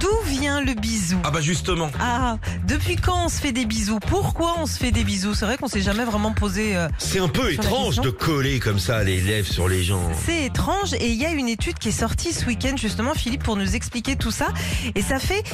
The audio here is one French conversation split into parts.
D'où vient le bisou Ah bah justement. Ah, depuis quand on se fait des bisous Pourquoi on se fait des bisous C'est vrai qu'on s'est jamais vraiment posé. euh, C'est un peu Sur la étrange question. de coller comme ça les lèvres sur les gens. C'est étrange et il y a une étude qui est sortie ce week-end justement, Philippe, pour nous expliquer tout ça. Et ça fait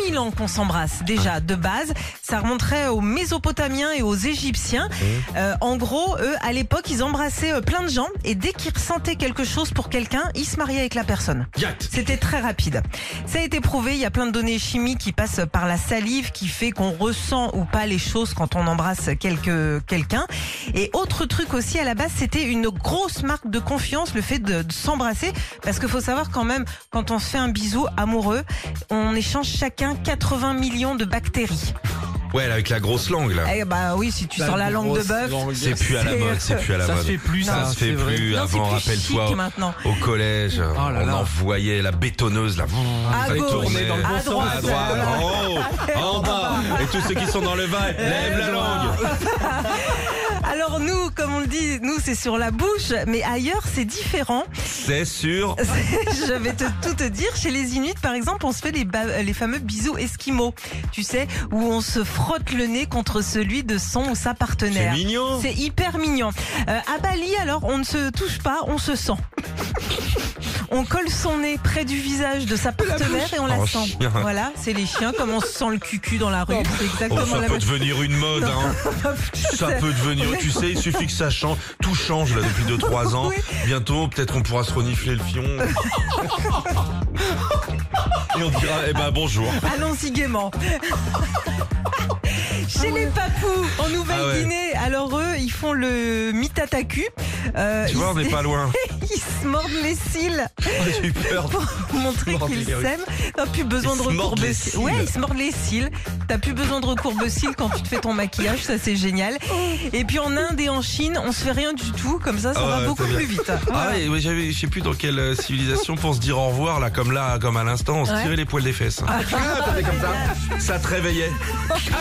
5000 ans qu'on s'embrasse déjà de base. Ça remonterait aux Mésopotamiens et aux Égyptiens. Hein Euh, en gros, eux, à l'époque, ils embrassaient euh, plein de gens et dès qu'ils ressentaient quelque chose pour quelqu'un, ils se mariaient avec la personne. Yacht C'était très rapide. Ça a été prouvé, il y a plein de données chimiques qui passent par la salive qui fait qu'on ressent ou pas les choses quand on embrasse quelque- quelqu'un. Et autre truc aussi, à la base, c'était une grosse marque de confiance, le fait de, de s'embrasser. Parce qu'il faut savoir quand même, quand on se fait un bisou amoureux, on échange chacun 80 millions de bactéries. Ouais, là, avec la grosse langue là. Eh bah oui, si tu sors la langue de bœuf, C'est plus à la c'est- mode, c'est plus à la Ça se mode. fait plus, ça, ça, se fait c'est vrai. plus. non, Avant, c'est plus chic rappelle-toi, maintenant. au collège, là on là. envoyait la bétonneuse là. À Elle gauche, tournait dans le Ah à bon sens, droite, à droite, voilà. en haut, en bas. Et tous ceux qui sont dans le vin, lève la langue. Alors nous, comme on le dit, nous c'est sur la bouche, mais ailleurs c'est différent. C'est sûr. Je vais te, tout te dire. Chez les Inuits, par exemple, on se fait les, ba- les fameux bisous esquimaux. Tu sais, où on se frotte le nez contre celui de son ou sa C'est partenaire. mignon. C'est hyper mignon. Euh, à Bali, alors, on ne se touche pas, on se sent. on colle son nez près du visage de sa partenaire et on la Oh, sent. chien. Voilà, c'est les chiens, comme on se sent le cucu dans la rue. C'est Oh, exactement ça la peut devenir une mode, hein. même Ça peut devenir, tu sais, il suffit que ça change. Tout change là depuis 2-3 ans. Oui. Bientôt, peut-être on pourra se renifler le fion. Et on dira, eh ben bonjour. Allons-y gaiement. Chez les Papous, en Ah Nouvelle-Guinée, alors eux, ils font le mitataku. Euh, Tu vois, on ils, n'est pas loin. ils se mordent les cils J'ai eu peur. Ah pour montrer mordent qu'ils les- s'aiment. T'as plus besoin Ils de se mordent recourbe les cils. cils. Ouais, ils se mordent les cils. T'as plus besoin de recourbe cils quand tu te fais ton maquillage, ça c'est génial. Oh. Et puis en Inde et en Chine, on se fait rien du tout, comme ça, ça Ah va ouais, beaucoup c'est bien. plus vite. Ah ouais, ouais, j'avais, je sais plus dans quelle euh, civilisation pour se dire au revoir là, comme là, comme à l'instant, on se Ouais. tirait les poils des fesses. comme ça. Ça te réveillait.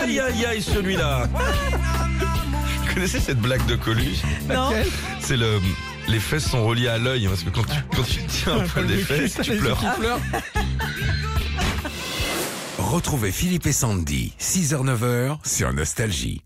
Aïe aïe aïe, celui-là. Vous connaissez cette blague de Coluche Non C'est le. Les fesses sont reliées à l'œil, hein, parce que quand tu, quand tu tiens un poil des fesses, tu pleures. Retrouvez Philippe et Sandy, 6h-9h sur Nostalgie.